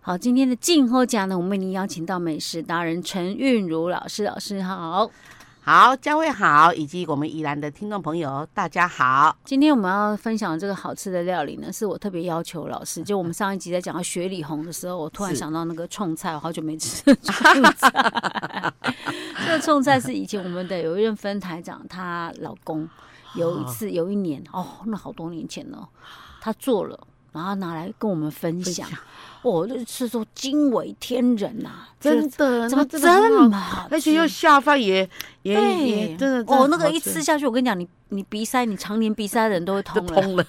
好，今天的静候家呢，我们为您邀请到美食达人陈韵如老师，老师好。好，嘉惠好，以及我们宜兰的听众朋友，大家好。今天我们要分享这个好吃的料理呢，是我特别要求老师。就我们上一集在讲到雪里红的时候，我突然是想到那个冲菜，我好久没吃 冲菜。这个冲菜是以前我们的有一任分台长，她老公有一次有一年哦，那好多年前哦，他做了，然后拿来跟我们分享，哦我就是说惊为天人呐、真这的，怎么那这真的很好么好吃，而且又下饭也也对，也真的，真的哦，那个好一吃吃下去，我跟你讲，你你鼻塞，你常年鼻塞的人都会就通了， 通了，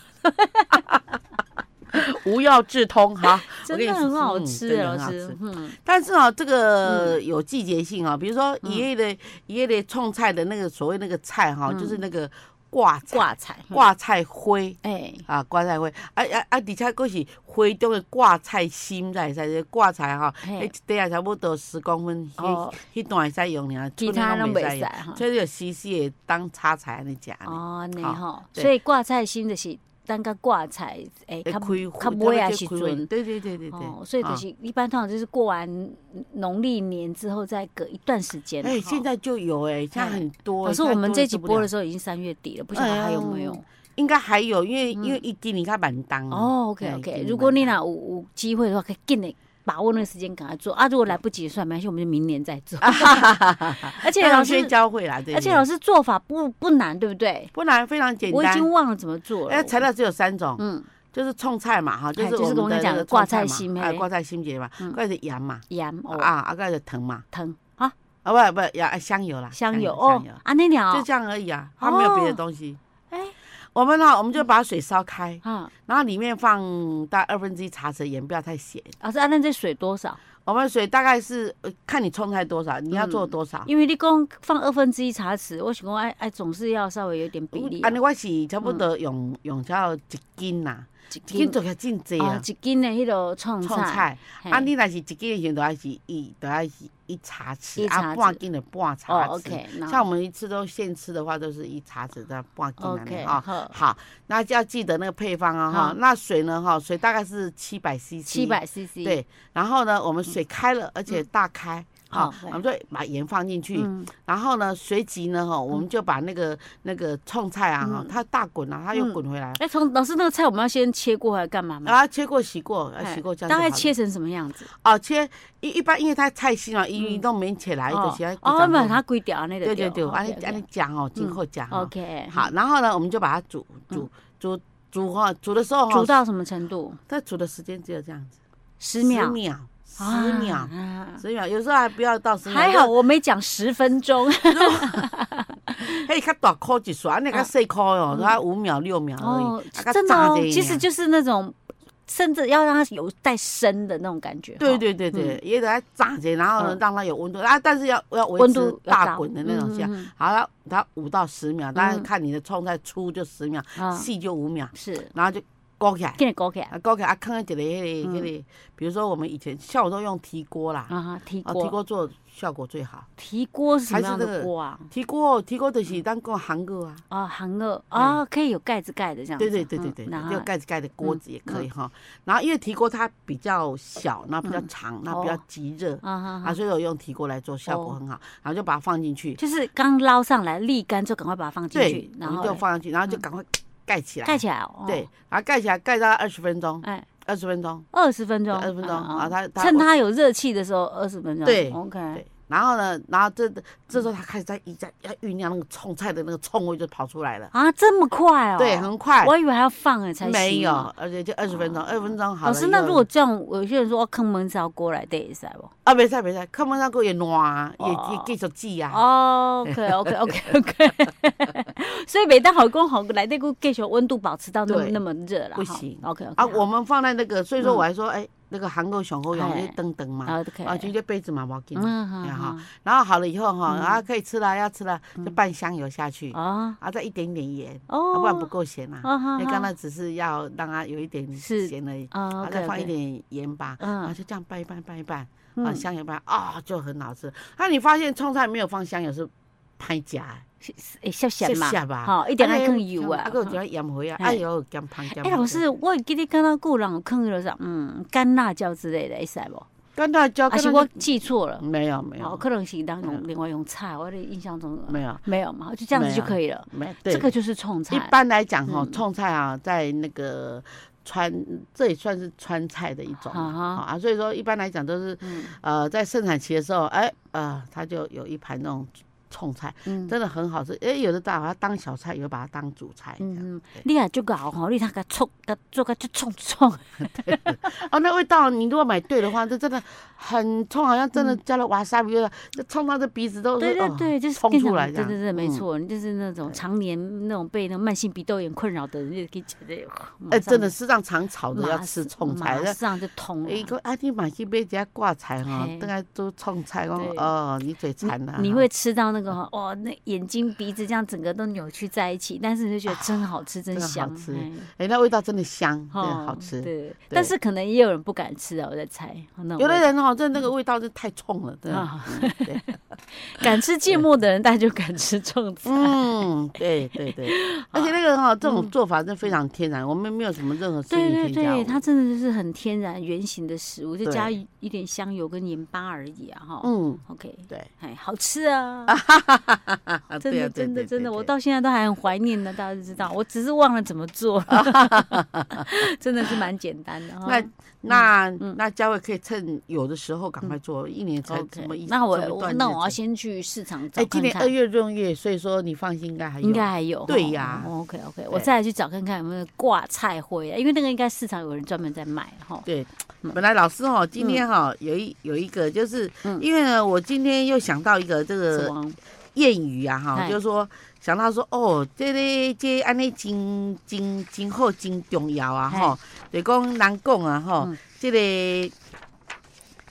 无药自通哈。 真我跟你的很说好嗯吃，真的很老好师吃，嗯，但是啊，这个有季节性啊，比如说爷爷的爷爷的种菜的那个所谓那个菜哈，就是那个挂菜嗯嗯挂嗯菜，挂菜灰。哎，啊，挂菜花，啊啊啊！而且佫是花中的挂菜心在使，这挂菜吼，嘿迄一块啊差不多十公分，迄哎哦迄段会使用尔，其他剩都的袂袂使用，哈，所以就细细的当插菜安尼食呢。哦，那好吼，对所以挂菜心就是咱个挂菜，哎，会较开较花尾啊差时不多就开花阵。对对对对对。哦，所以就啊是一般通常就是过完农历年之后，再隔一段时间啦。哎，哈现在就有哎，现在很多。可是现在我们多这得集不播了的时候已经三月底了，不晓得还有没有哎。应该还有，因为因为一斤你看蛮当的。嗯哦，OK 哎 OK，一如斤果蛮你重俩有有机会的话，可以尽力把握那个时间赶快做啊。如果来不及算，没关系，我们就明年再做。 而且那老老师师，教会啦，对。而且对老师做法不不难，对不对？不然非常简我已单经。忘了怎么做了哎，。材料只有三种，嗯，就是冲菜嘛哈，就哎就是是我跟们我的讲那个挂冲菜嘛心哎，嘿挂菜心节嘛，嗯挂是盐嘛，盐哦，啊啊，个是藤嘛，藤啊，啊不不，呀香油啦，香油哦香油，，啊那俩就哦，这样而已啊，它没有别的哦嗯东西。哎我们呢，我们就把水烧开，啊，然后里面放大概二分之一茶匙盐，不要太咸。老师啊，那这水多少？我们水大概是呃看你冲菜多少，你要做嗯多少。因为你讲放二分之一茶匙，我想讲哎哎，总是要稍微有点比例啊安尼。嗯我是差不多用用到一斤啦，一一斤做起来真济啊，啊。一斤的迄个创创菜，菜，嘿啊，你若是一斤的时候，就要是一，就要是一茶一匙，茶啊，匙半斤的半哦茶匙。 ，OK，那像我们一次都现吃的话，都是一茶匙到半斤安尼 OK 啊。好。好，那就要记得那个配方啊哈好。那水呢哈，水大概是七百 CC。七百 CC，，对，然后呢，我们水开了，而且大开。好，哦对我们就把盐放进去，嗯，然后呢，随即呢，哈，我们就把那个那个冲菜啊，嗯哈，它大滚啊，它又滚回来，哎，从老师那个菜我们要先切过来干嘛吗？然后啊切过洗过，呃哎洗过这样就大好了概切成什么样子？哦，切一一般，因为它菜心啊，因为都没起来，嗯就哦是要，哦，把它归掉那个。对对啊对，安尼安安尼讲哦，今嗯后讲哦， OK，嗯好，然后呢，我们就把它煮煮煮煮哈，煮的时候煮哈，到什么程度？它煮的时间只有这样子，十秒，十秒，十啊秒，啊十秒，有时候还不要到十秒，还好我没讲十分 钟。嘿，较大颗一撮，安尼较细颗哦，它五秒六秒而啊嗯哦已，啊，较真的炸哦而，已其实尔就是那种，甚至要让它有带生的那种感觉。哦对哈，对对对，也得它炸着，然后呢嗯让它有温度，啊，但是要要维温持度要大高滚的那种下嗯嗯，好了，它五到十秒，大家嗯看你的冲菜粗就十秒，啊，细就五秒，是，然后就勾起来，给你勾起来啊勾起来，啊，看一个迄个嗯迄个，比如说我们以前像我都用提锅啦，啊哈，提啊提锅，锅做效果最好，提锅是什么样还是那的个锅啊？提锅哦提锅就是咱讲韩国啊。啊，韩二啊，可以有盖子盖的这样子。对对对对对，嗯然对后嗯就盖子盖的锅子也可以哈。然后因为提锅它比较小，那比较长，那比较哦急热啊哈啊，哈，所以我用提锅来做效果哦很好，然后就把它放进去，就是刚捞上来沥干之后，赶快把它放进对去，，我然们后就嘞放上去，然后就赶快盖起来，盖起来哦。对，，然后盖起来，盖到二十分钟，哎，二十分钟，二十分钟，对20分钟嗯嗯啊它它趁它有热气的时候，二十分钟。对，OK，对。然后呢，然后这这时候它开始在一在要酝酿那个冲菜的那个冲味就跑出来了，啊，这么快哦？对，很快，我以为还要放了才行。哦没有，。而且就二十分钟，二十分钟好老了。师，那又如果这样，有些人说哦坑蒙烧锅来对也是哦不？啊，没事没事，看不上过也烂，也哦也继续记啊。哦，OK，OK，OK，OK，所 以每当好工好来那个继续温度保持到那么对那么热了，不行，OK，哦啊，我们放在那个，所以说我还说，哎、那个韩国小狗用哎那灯灯嘛， OK，啊，就这杯子哎嘛，毛巾。嗯好然好后，然后好了以后哈，然后可以吃了，要吃了，就拌香油下去，啊啊，再一点点盐，啊嗯哦，不然不够咸啊。啊哈因为刚哈才只是要让它有一点是咸而已，啊啊， ，OK，再放一点盐巴，嗯啊，就这样拌一拌，拌一拌，啊，嗯香油拌啊，就很好吃。那你发现冲菜没有放香油是拍夹，诶，涩涩嘛涩，啊吧吼，一定爱更油啊啊，。个有点盐花啊，嘿哎呦，咸芳咸。哎，老师，我会记得刚刚有人有坑了啥？嗯，干辣椒之类的，会使无？干辣椒，还干是辣我椒记错了？没有嗯没哦，有嗯可能是当用另外用菜，我的印象中没有没有嘛，就这样子没就有可以了。没有，对这个就是冲菜嗯一，般来讲哈，冲菜啊，在那个川，这也算是川菜的一种啊哈啊，啊所以说一般来讲都是嗯，呃，在盛产期的时候，哎啊，它就有一盘那种冲菜，嗯真的很好吃。哎，有的把它当小菜，有的把它当主菜。这样嗯，你也就搞吼，你那个冲，个做个就冲冲，哦，那味道你如果买对的话，这真的很冲，好像真的加了瓦萨比，就冲到这鼻子都嗯是对对哦对，就是冲跟你出讲来这对样对对，没嗯错，你就是那种常年那种被那种慢性鼻窦炎困扰的人，就可以觉得，哎，马上真的是让常炒的马要吃冲菜，马那上就通了。伊讲啊，你买去买一只挂菜吼嘿，等下做创菜讲对哦，你嘴馋啦、你会吃到那个哦，那眼睛鼻子这样整个都扭曲在一起，但是你就觉得真好吃，真真的好香，吃哎哎、那味道真的香，真的哦好吃。对，但是可能也有人不敢吃啊，我在猜。那种有的味人哦，真的那个味道真的太冲了，真的。啊，对， 敢吃芥末的人，大家就敢吃粽子。嗯，对对 对，而且那个哈、这种做法真的非常天然，我们没有什么任何食嗯对品对添加对，物。它真的就是很天然圆形的食物，就对加一一点香油跟盐巴而已啊，哈。嗯， OK，对，哎，好吃啊！真啊对的真的啊对对真的，对我对到现在都还很怀念呢，大家都知道，我只是忘了怎么 做，真的是蛮简单的哈。那那、那佳慧可以趁有的时候赶快做，一年才嗯 OK，这么一那我这么一我段那日我要子先去市场哎找，今看年二看，月闰月，所以说你放心，应该还有应该还有。对呀 OK OK，我再来去找看看有没有挂菜灰，啊因为那个应该市场有人专门在卖哈。对，嗯本来老师哈，今天哈有一有一个，就是因为呢，我今天又想到一个这嗯什个么？谚语啊哈，嗨就是说想到说哦，这个这安尼真真真好真重要啊哈，就讲人讲啊哈嗯，这个，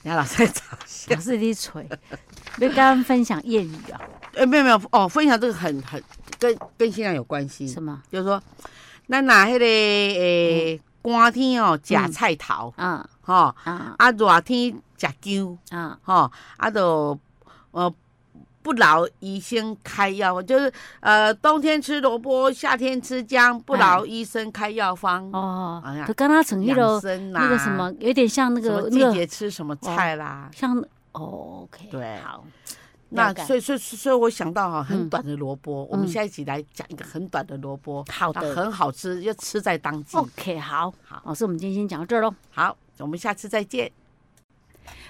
然后老师在查一下老师你吹，别跟他们分享谚语啊？哎，没有没有哦，分享这个很很跟跟现在有关系，什么？就是说，咱拿迄个诶寒天哦，食菜头啊哈，啊啊热天食姜。啊！吼、啊，就呃不劳医生开药，就是呃冬天吃萝卜，夏天吃姜，不劳医生开药方，哦哎呀，就跟他成那养个生啦、啊那个什么，有点像那什个么那季个节吃什么菜啦。像哦 OK，对好，那了解所以所以所以我想到哈、很嗯短的萝卜，我们嗯下一集来讲一个很短的萝卜，好啊的哦很好吃，又吃在当季。 OK，好，好老师，我们今天先讲到这儿喽。好，我们下次再见。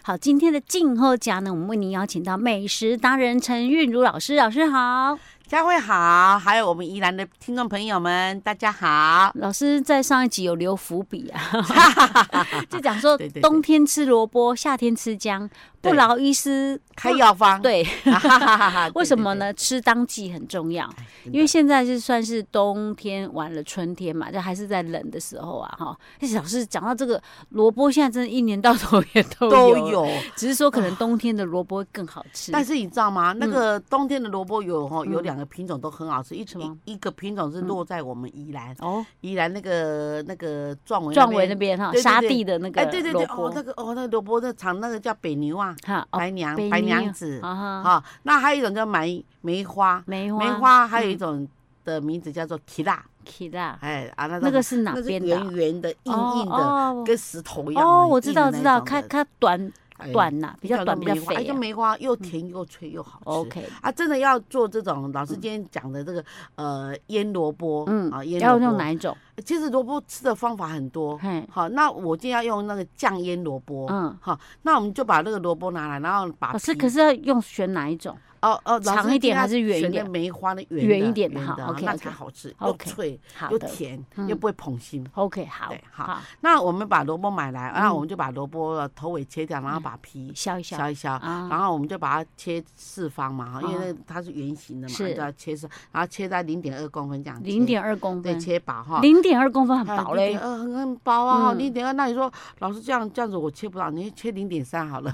好，今天的静候家呢，我们为您邀请到美食达人陈韵如老师，老师好。佳慧好，还有我们宜兰的听众朋友们，大家好。老师在上一集有留伏笔 啊，就讲说对对对冬天吃萝卜，夏天吃姜，不对劳医师开。药方， 不对，哈哈哈哈哈，为什么对？哎呢？吃当季很重要，因因为现在是算是冬天完了春天嘛，就还是在冷的时候啊，哈。但是老师讲到这个萝卜，现在真的一年到头也都都有，有，只是说可能冬天的萝卜会更好吃。但是你知道吗？那个冬天的萝卜有哈，有嗯两个品种都很好吃，一什么一一个品种是落在我们宜兰，哦，宜兰那个那个壮围壮围那边，边哈，哦对对对沙地的那个哎，对对对萝，哦，卜，那个哦，那个萝卜那长那个叫北牛啊，哈，哦白娘北白娘牛子，啊哈，哈，那还有一种叫梅梅花，梅花，嗯梅花还有一种的名字叫做提拉， k i r a 哎啊，那那种个是哪那是边的啊圆？圆的、硬硬的，哦跟石头一哦样很硬的那哦，种的。我知道知道，它看它短短呐，比较短比较梅花哎肥这啊。梅花又甜又脆又好吃。 OK，啊，真的要做这种老师今天讲的这个呃腌萝卜，嗯啊，腌要萝用卜。哪一种？其实萝卜吃的方法很多，嘿，好，那我今天要用那个酱腌萝卜，嗯，好，那我们就把那个萝卜拿来，然后把老师皮可是要用选哪一种？哦哦，老师长一点今天还是圆一选点那梅花的圆圆的一点的圆哈的 OK，那 OK 才好吃，又 OK，脆好又的甜嗯，又不会捧心。 ，OK，好对，好，那我们把萝卜买来，然后我们就把萝卜的头尾切掉，然后把皮嗯削一削削一削，啊，然后我们就把它切四方嘛，因为哦那个它是圆形的嘛，是就要切四，然后切在零点二公分这样切，零点二公对，分，切哦薄哈。哎零点二公分很还有薄0.2嘞。很很薄啊，嗯零点二。那你说，老师这样哦这样子我切不到，你切零点三好了。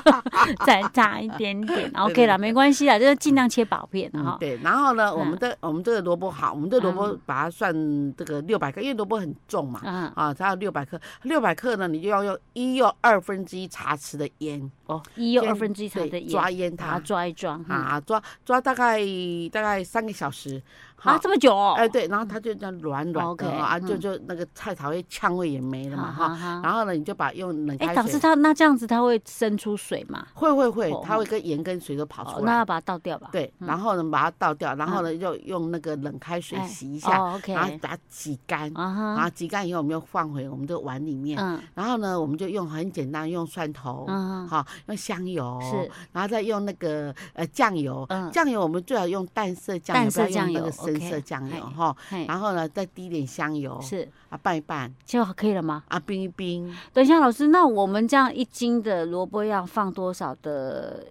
再大一点点，OK 啦，没关系啊，就是尽量切薄片啊嗯哈。对，然后呢，我们嗯的我们这个萝卜好，我们这个萝卜嗯把它算这个六百克，因为萝卜很重嘛，嗯，啊，它要六百克，六百克呢，你就要用一又二分之一茶匙的盐，哦，一又先二分之一茶对的盐，啊抓腌把它它，抓一抓。嗯啊，抓抓大概大概三个小时，啊，好，这么久哦？哎对，然后它就这样软软的 OK，啊，就嗯就那个菜草味呛味也没了嘛哈，哈。然后呢，你就把用冷哎，开导致水，它那这样子它会生出水嘛？会会会哦，它会跟盐跟水都跑哦出，那来，要把它倒掉吧？对，嗯然后呢把它倒掉，然后呢就用那个冷开水哎，洗一下，哦，OK。然后把它挤干，啊然哈，后挤干以后我们就放回我们的碗里面，嗯然后呢我们就用很简单，用蒜头。嗯，哦好，用香油，是然后再用那个呃酱油嗯，酱、油我们最好用淡色酱油，淡不要色酱用那油个深，OK，色酱油嘿哈。嘿，然后呢，再滴一点香油，是，啊拌一拌，就可以了吗？啊冰一冰，等一下，老师，那我们这样一斤的萝卜要放多少的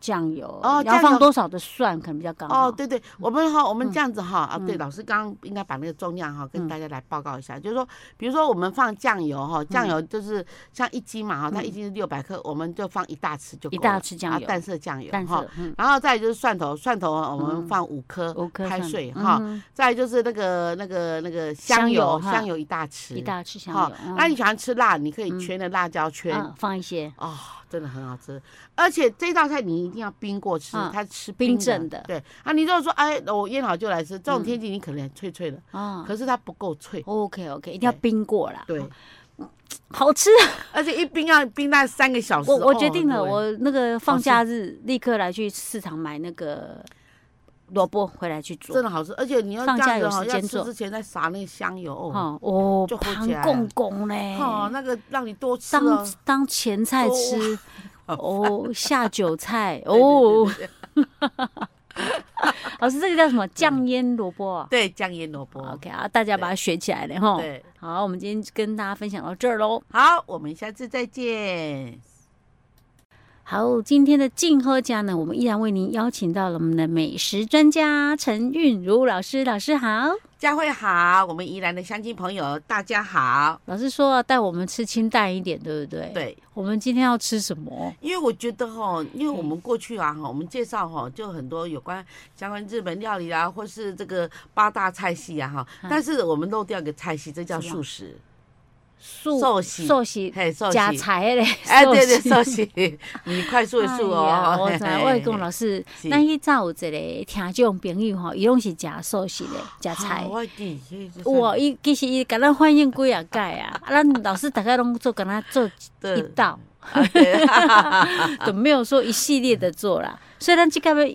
酱油？哦要酱放油多少的蒜可能比较刚好？哦，，对对，我们哈，我们这样子哈、啊，对，嗯老师刚刚应该把那个重量哈嗯跟大家来报告一下，就是说，比如说我们放酱油哈，酱油就是像一斤嘛哈，它一斤是六百克，我们就放一大匙就嗯够一了，大匙酱啊油，淡色酱油但哈是，嗯，然后再来就是蒜头，蒜头啊我们嗯放五颗，五颗拍蒜碎头哈，嗯再来就是那个那个那个香香油油，哈香油一大匙，一大匙香哈油，嗯那你喜欢吃辣，你可嗯以圈的辣椒圈。嗯放一些哦，真的很好吃，而且这道菜你一定要冰过吃，嗯它吃冰的镇的对啊，你如果说哎，我腌好就来吃，这种嗯天气你可能脆脆的，啊。可是它不够脆。 OK OK，一定要对冰过啦， 对，好吃。啊而且一冰要冰那三个小时。我我哦决定了，对我那个放好吃假日立刻来去市场买那个萝卜回来去做真。的好吃，而且你要放这假样子有哈，时要间吃做之前再撒那个香油哦，哦哦，就好胖起来公公嘞，哦，那个让你多吃当哦。当前菜哦 吃，哦，下酒菜对哦。老师，这个叫什么？酱腌萝卜啊。对，酱腌萝卜。 OK 啊，大家把它学起来了哈。对，好，我们今天跟大家分享到这儿喽。好，我们下次再见。好，今天的静喝家呢，我们依然为您邀请到了我们的美食专家陈韵如老师。老师好，佳慧好，我们宜兰的乡亲朋友大家好。老师说要带我们吃清淡一点，对不对？。对，我们今天要吃什么？因为我觉得哈，因为我们过去啊哈，我们介绍哈，就很多有关相关日本料理啊，或是这个八大菜系啊哈，嗯但是我们漏掉一个菜系，这叫什么素食，素寿喜寿喜嘿，寿加喜，菜嘞。哎，对对，寿喜寿喜，你快速的速哎呀哦，我嘿知嘿我会跟我老师，是咱去早有一个听众朋友吼，伊拢是食素食的，食菜好。我记嘿这算哇，伊其实伊甲咱反映几啊届啊，啊，咱老师大概拢做跟他做对一道，啊对 就没有说一系列的做啦。所以咱即个要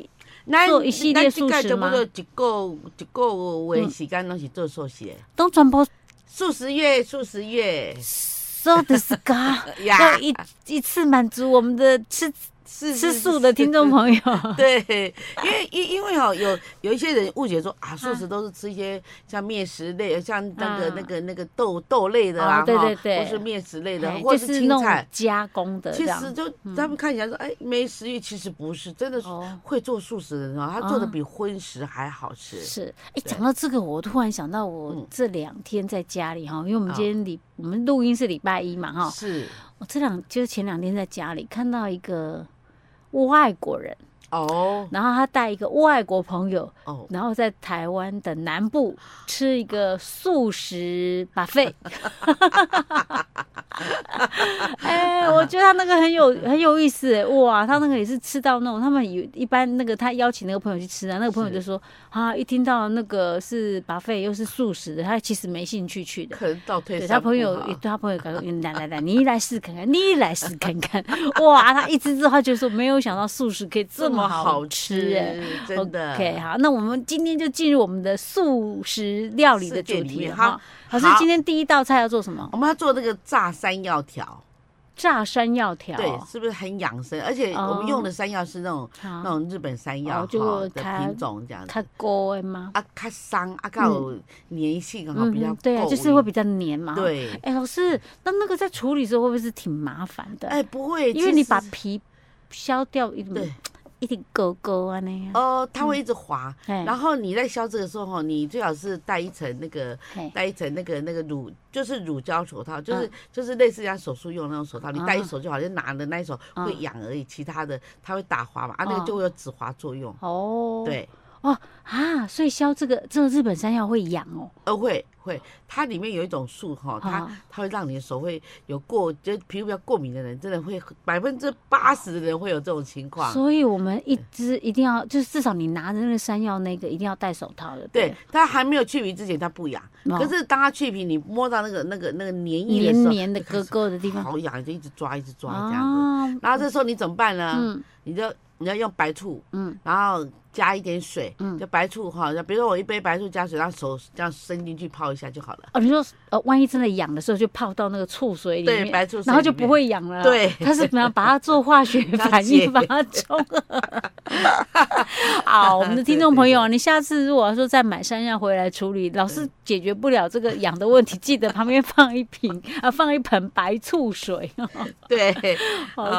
咱 做一系列咱这素次食差不吗多一个一个月嗯的时间拢是做寿喜的，都全部素食月，素食月说的是噶，呀要，一一次满足我们的吃是吃是素的听众朋友。 对，因为因因为哈、有有一些人误解说啊，素嗯食都是吃一些像面食类，像那个、啊那个那个豆豆类的啦，哦对哈对对或是面食类的，哎或就是是青那种菜。加工的这其样嗯实，就他们看起来说，哎，没食欲，其实不是，真的是哦会做素食的人啊，他做的啊比荤食还好吃。是，哎，讲到这个，我突然想到，我嗯这两天在家里哈，因为我们啊今天礼，我们录音是礼拜一嘛哈，是我这两就是前两天在家里看到一个外国人，哦然后他带一个外国朋友，哦，然后在台湾的南部吃一个素食 buffet，哎，我觉得他那个很有很有意思哎，哇，他那个也是吃到那种他们有一般那个他邀请那个朋友去吃啊，那个朋友就说啊，一听到那个是 buffet 又是素食的，他其实没兴趣去的。可能倒退对三他步朋友哈也对他朋友讲说，来来来，你来试看看，你来试看看，哇！他一吃之后，他就说没有想到素食可以这这么么好好吃吃哎、，真的。 OK，好，那我们今天就进入我们的素食料理的世界主里题面了哈。老师好，今天第一道菜要做什么？我们要做那个炸山药条，炸山药条。对，是不是很养生？而且我们用的山药是那种那好，种日本山药哦哈就的它品种这样子它。勾的吗？啊，它伤啊，它有粘性哈，嗯比较哼嗯对啊，够就是会比较黏嘛。。 对。哎，老师，那那个在处理的时候会不会是挺麻烦的？哎哎，不会，因为你其实把皮削掉，一对一直勾勾啊那样。哦，它会一直滑。嘿然后你在削这个时候，你最好是戴一层那个嘿戴一层那个那个乳，就是乳胶手套，就是、嗯就是类似像手术用那种手套，你戴一啊手就好像拿的那一手嗯会痒而已，其他的它会打滑嘛，啊，那嗯个就会有止滑作用。哦，对，哦啊，所以削这个这个日本山药会痒哦，呃，会会，它里面有一种素哈，它啊它会让你的手会有过，就是皮肤比较过敏的人，真的会百分之八十的人会有这种情况。所以我们一直一定要，就是至少你拿着那个山药那个一定要戴手套的。对，它还没有去皮之前，它不痒。哦可是当它去皮，你摸到那个那个那个黏液的时黏候，黏的就开疙始疙的地方好痒，就一直抓，一直抓这样子。啊，然后这时候你怎么办呢？嗯你就你要用白醋，嗯然后加一点水，嗯就白醋哈，比如说我一杯白醋加水，让手这样伸进去泡一下就好了。哦，你说呃，万一真的痒的时候就泡到那个醋水里面，对白醋水然后就里面不会痒了。对它是怎么样把它做化学反应，把了解它中和。 好，我们的听众朋友，你下次如果要说再买山药回来处理，老是解决不了这个痒的问题，记得旁边放一 瓶啊，放一盆白醋水。哦对，嗯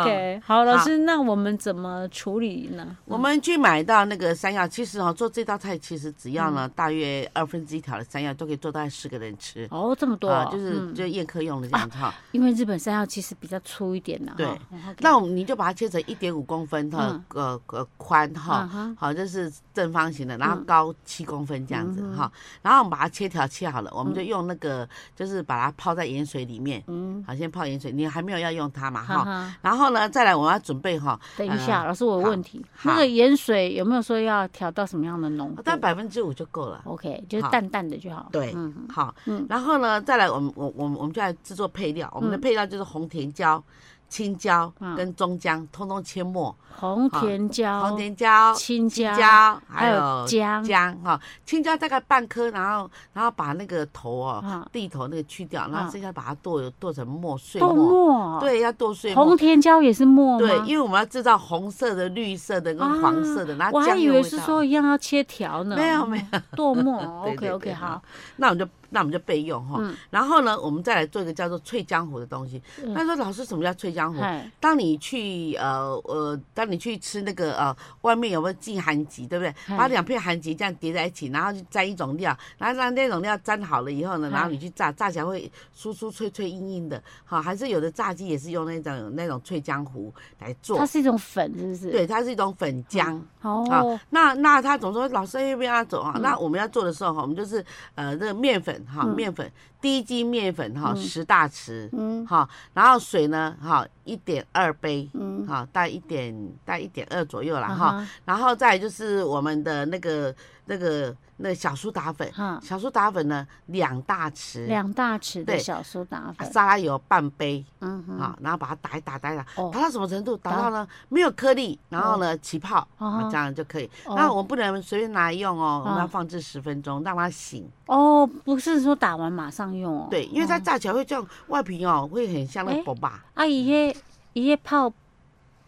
OK，好，老师，那我们怎么处理呢？我们去买到那个山药，其实哦，做这道菜其实只要呢、嗯大约二分之一条的山药都可以做大概十个人吃。哦，这么多哦啊，就是、嗯啊就宴客用的这样子哈，因为日本山药其实比较粗一点的哈。对嗯，OK，那我们你就把它切成一点五公分哈嗯，呃呃宽哈嗯，哼好，就是正方形的，然后嗯高七公分这样子嗯哼哈，然后我们把它切条切好了，我们就用那个就是把它泡在盐水里面，嗯，好，先泡盐水，你还没有要用它嘛哈哈，哈。然后呢，再来我们要准备哈，等一下，老师，我有问题，好那个盐水有没有说要调到什么样的浓度？大概百分之五就够了。 OK，就是好淡淡的就好。对嗯，好嗯，然后呢，再来我们我我们我们就来制作配料，我们的嗯配料就是红甜椒、青椒嗯跟中姜，通通切末，红甜椒、红甜椒、青椒、椒还还有有姜，姜哈，青椒大概半颗，然后然后把那个头哦啊，地头那个去掉，然嗯后剩下把它剁剁成末碎豆末，末，，对，要剁碎末红。甜椒也是末吗？对，因为我们要制造红色的、绿色的跟黄色的，然啊我后还姜以的为味是道说一样要切条呢。没有没有，剁末 对，OK 对 OK，对好，那我们就那我们就备用哈嗯。然后呢，我们再来做一个叫做脆江湖的东西。嗯他说老师，什么叫脆江湖？哎，当你去呃呃，当你去吃那个呃外面有没有寄韩吉，对不对？嗯把两片韩吉这样叠在一起，然后就沾一种料，然后让那种料沾好了以后呢，嗯然后你去炸，炸起来会酥酥脆脆硬硬的。好，还是有的炸鸡也是用那种那种脆江湖来它做，是一种粉，是不是？，对，它是一种粉浆。啊哦，，那那他总说老师要不要走啊？那我们要做的时候哈，我们就是呃那个面粉哈，嗯面粉第一斤面粉哈嗯十大匙嗯哈，然后水呢哈一点二杯嗯，哈，大概一点大概一点二左右啦啊哈，，然后再来就是我们的那个那个那个小苏打粉，哈，小苏打粉呢两大匙，嗯两大匙的对啊小苏打粉，沙拉油半杯嗯哼，啊，然后把它打一打打一打，哦打到什么程度？打打到呢没有颗粒，然后呢起泡，啊啊哈这样就可以。哦那我们不能随便拿来用哦，我们啊要放置十分钟，让它醒。哦，不是说打完马上用哦，对，因为它炸起来会这样，外皮哦会很像那哎个粑粑啊，伊迄伊迄泡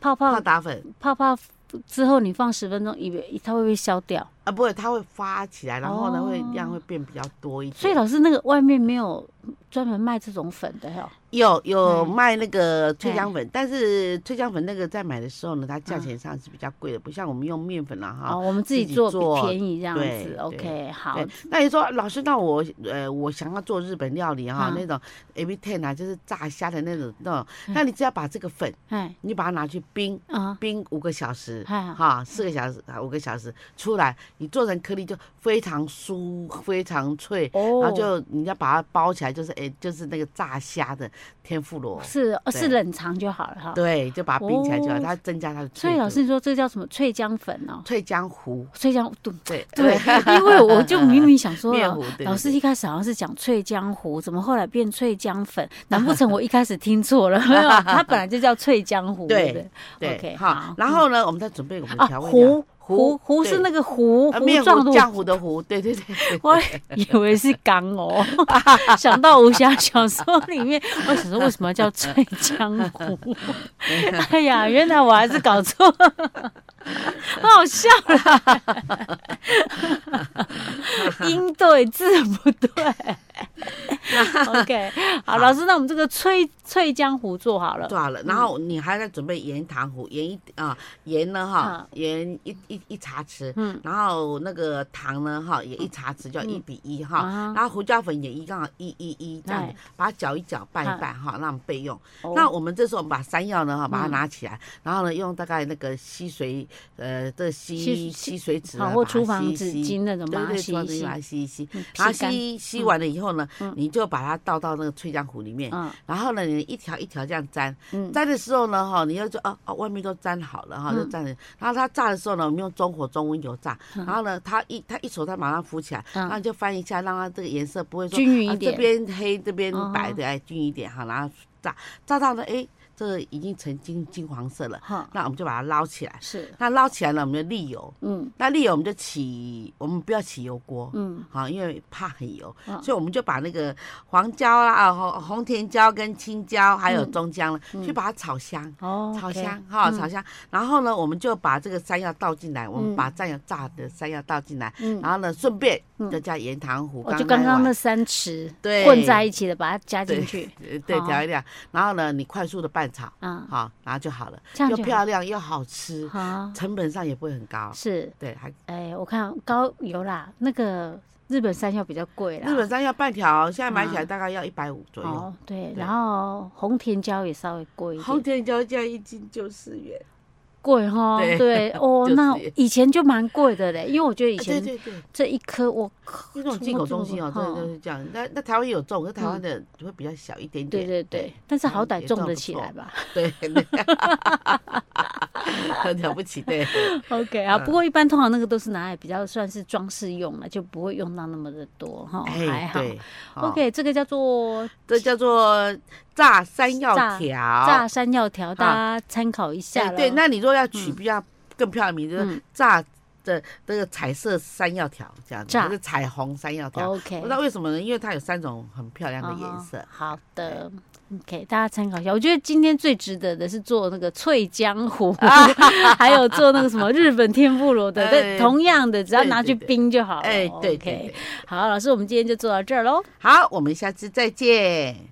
泡泡泡打粉泡泡之后，你放十分钟，以为它会不会消掉？啊，不会，它会发起来，然后呢哦会量会变比较多一所以点。老师那个外面没有专门卖这种粉的哟。有有嗯卖那个脆浆粉，但是脆浆粉那个在买的时候呢，它价嗯钱上是比较贵的，不像我们用面粉了哦，哈。我们自己自己做做比便宜这样对子。对 OK，好对，那你说老师，那我呃，我想要做日本料理哈，嗯那种 A B ten 啊，就是炸虾的那种那种，那你只要把这个粉，哎你把它拿去冰，啊，冰五个小时，哎哈，四个小时啊，五个小时出来，你做成颗粒就非常酥，非常脆，然后哦，就你要把它包起来，就是哎，就是那个炸虾的天妇罗，是哦对是冷藏就好了哈。对，就把它冰起来就好，哦它增加它的脆所度。以老师你说这叫什么脆浆粉哦？脆浆糊，脆浆 对对对，因为我就明明想 说啊面糊，对对老师对一开始好像是讲脆浆糊，怎么后来变脆浆粉？难不成我一开始听错了？ 没有，它本来就叫脆浆糊。对不 对，OK，哈好。。然后呢，我们再准备我们的啊调，味料糊糊糊是对那个糊啊糊面状的糊浆糊，糊的糊，对对对，对 我以为是缸哦， 想到武侠小说里面，我想说为什么叫脆浆 糊？哎呀，原来我还是搞错 了，好笑啊啦， 音对字不对。 OK，好，老师，那我们这个脆脆江湖做好了，做好了，然后你还在准备盐糖糊，盐一啊盐呢哈啊，盐一一一茶匙，嗯然后那个糖呢哈也一茶匙，叫一比一哈啊，然后胡椒粉也一刚好一一一这样子哎，把它搅一搅拌一拌哈，让备用。嗯哦那我们这时候我们把山药呢哈把它嗯拿起来，然后呢用大概那个吸水呃这吸吸吸水纸啊好把或它厨房吸纸吸巾那种对把它对，洗搓一成一洗，把嗯它吸一吸，然后皮干吸吸完了以后呢，嗯你就把它倒到那个脆浆糊里面，嗯然后呢，你一条一条这样粘，嗯，粘的时候呢，哈，你要就哦哦，外面都粘好了哈，就嗯粘了。然后它炸的时候呢，我们用中火中温油炸，嗯然后呢，它一它一手它马上浮起来，嗯然后你就翻一下，让它这个颜色不会说均匀啊一点这，边黑这边白哦的，哎，均匀一点哈，然后炸炸到呢，哎，这个已经成金金黄色了，哈，那我们就把它捞起来。嗯是，那捞起来呢，我们就沥油，嗯那沥油我们就起，我们不要起油锅，嗯好，因为怕很油，嗯所以我们就把那个黄椒啦、啊、红红甜椒跟青椒，还有嗯中姜了，嗯去把它炒香，哦，炒 OK 香哈，嗯炒香。然后呢，我们就把这个山药倒进来，我们嗯把蘸药炸的山药倒进来，嗯，然后呢，顺便嗯就加盐糖糊，我就刚刚那那碗三匙对混在一哦起的，把它加对进去，呃对好调一调，然后呢，你快速的拌炒，啊，好，然后就好了，这样又就漂亮又好吃，好啊，成本上也不会很高。是，对，还哎，我看高油啦，那个日本山药比较贵啦，日本山药半条，现在买起来啊大概要一百五左右。哦，对，对然后红甜椒也稍微贵一红点，甜椒价一斤九十元，贵哈，对对，哦 就，那是以前就蛮贵的嘞，因为我觉得以啊对前对对，这一颗我靠，那种进口东西哦，这真么多的都哈是这样。那那台湾也有种，可是台湾的会比较小一点嗯对点。对对，但是嗯好歹也种种得不起错来吧。对，很 了不起，对 OK 啊，嗯不过一般通常那个都是拿来比较算是装饰用了，就不会用到那么的多哈，还好。哎对哦 OK，这个叫做这叫做炸山药炸条。炸山药条，好大家参考一下哎咯对，那你如果要取比较更漂亮的名字，就是嗯炸的这个彩色山药条这样子，炸就是彩虹山药条。 OK，不知道为什么呢？因为它有三种很漂亮的颜色哦。好的，OK，大家参考一下。我觉得今天最值得的是做那个脆江湖， 还有做那个什么日本天妇罗的，哎但同样的，只要对拿对去对冰就好了。哎，对对 OK 对，好，老师，我们今天就做到这儿喽。好，我们下次再见。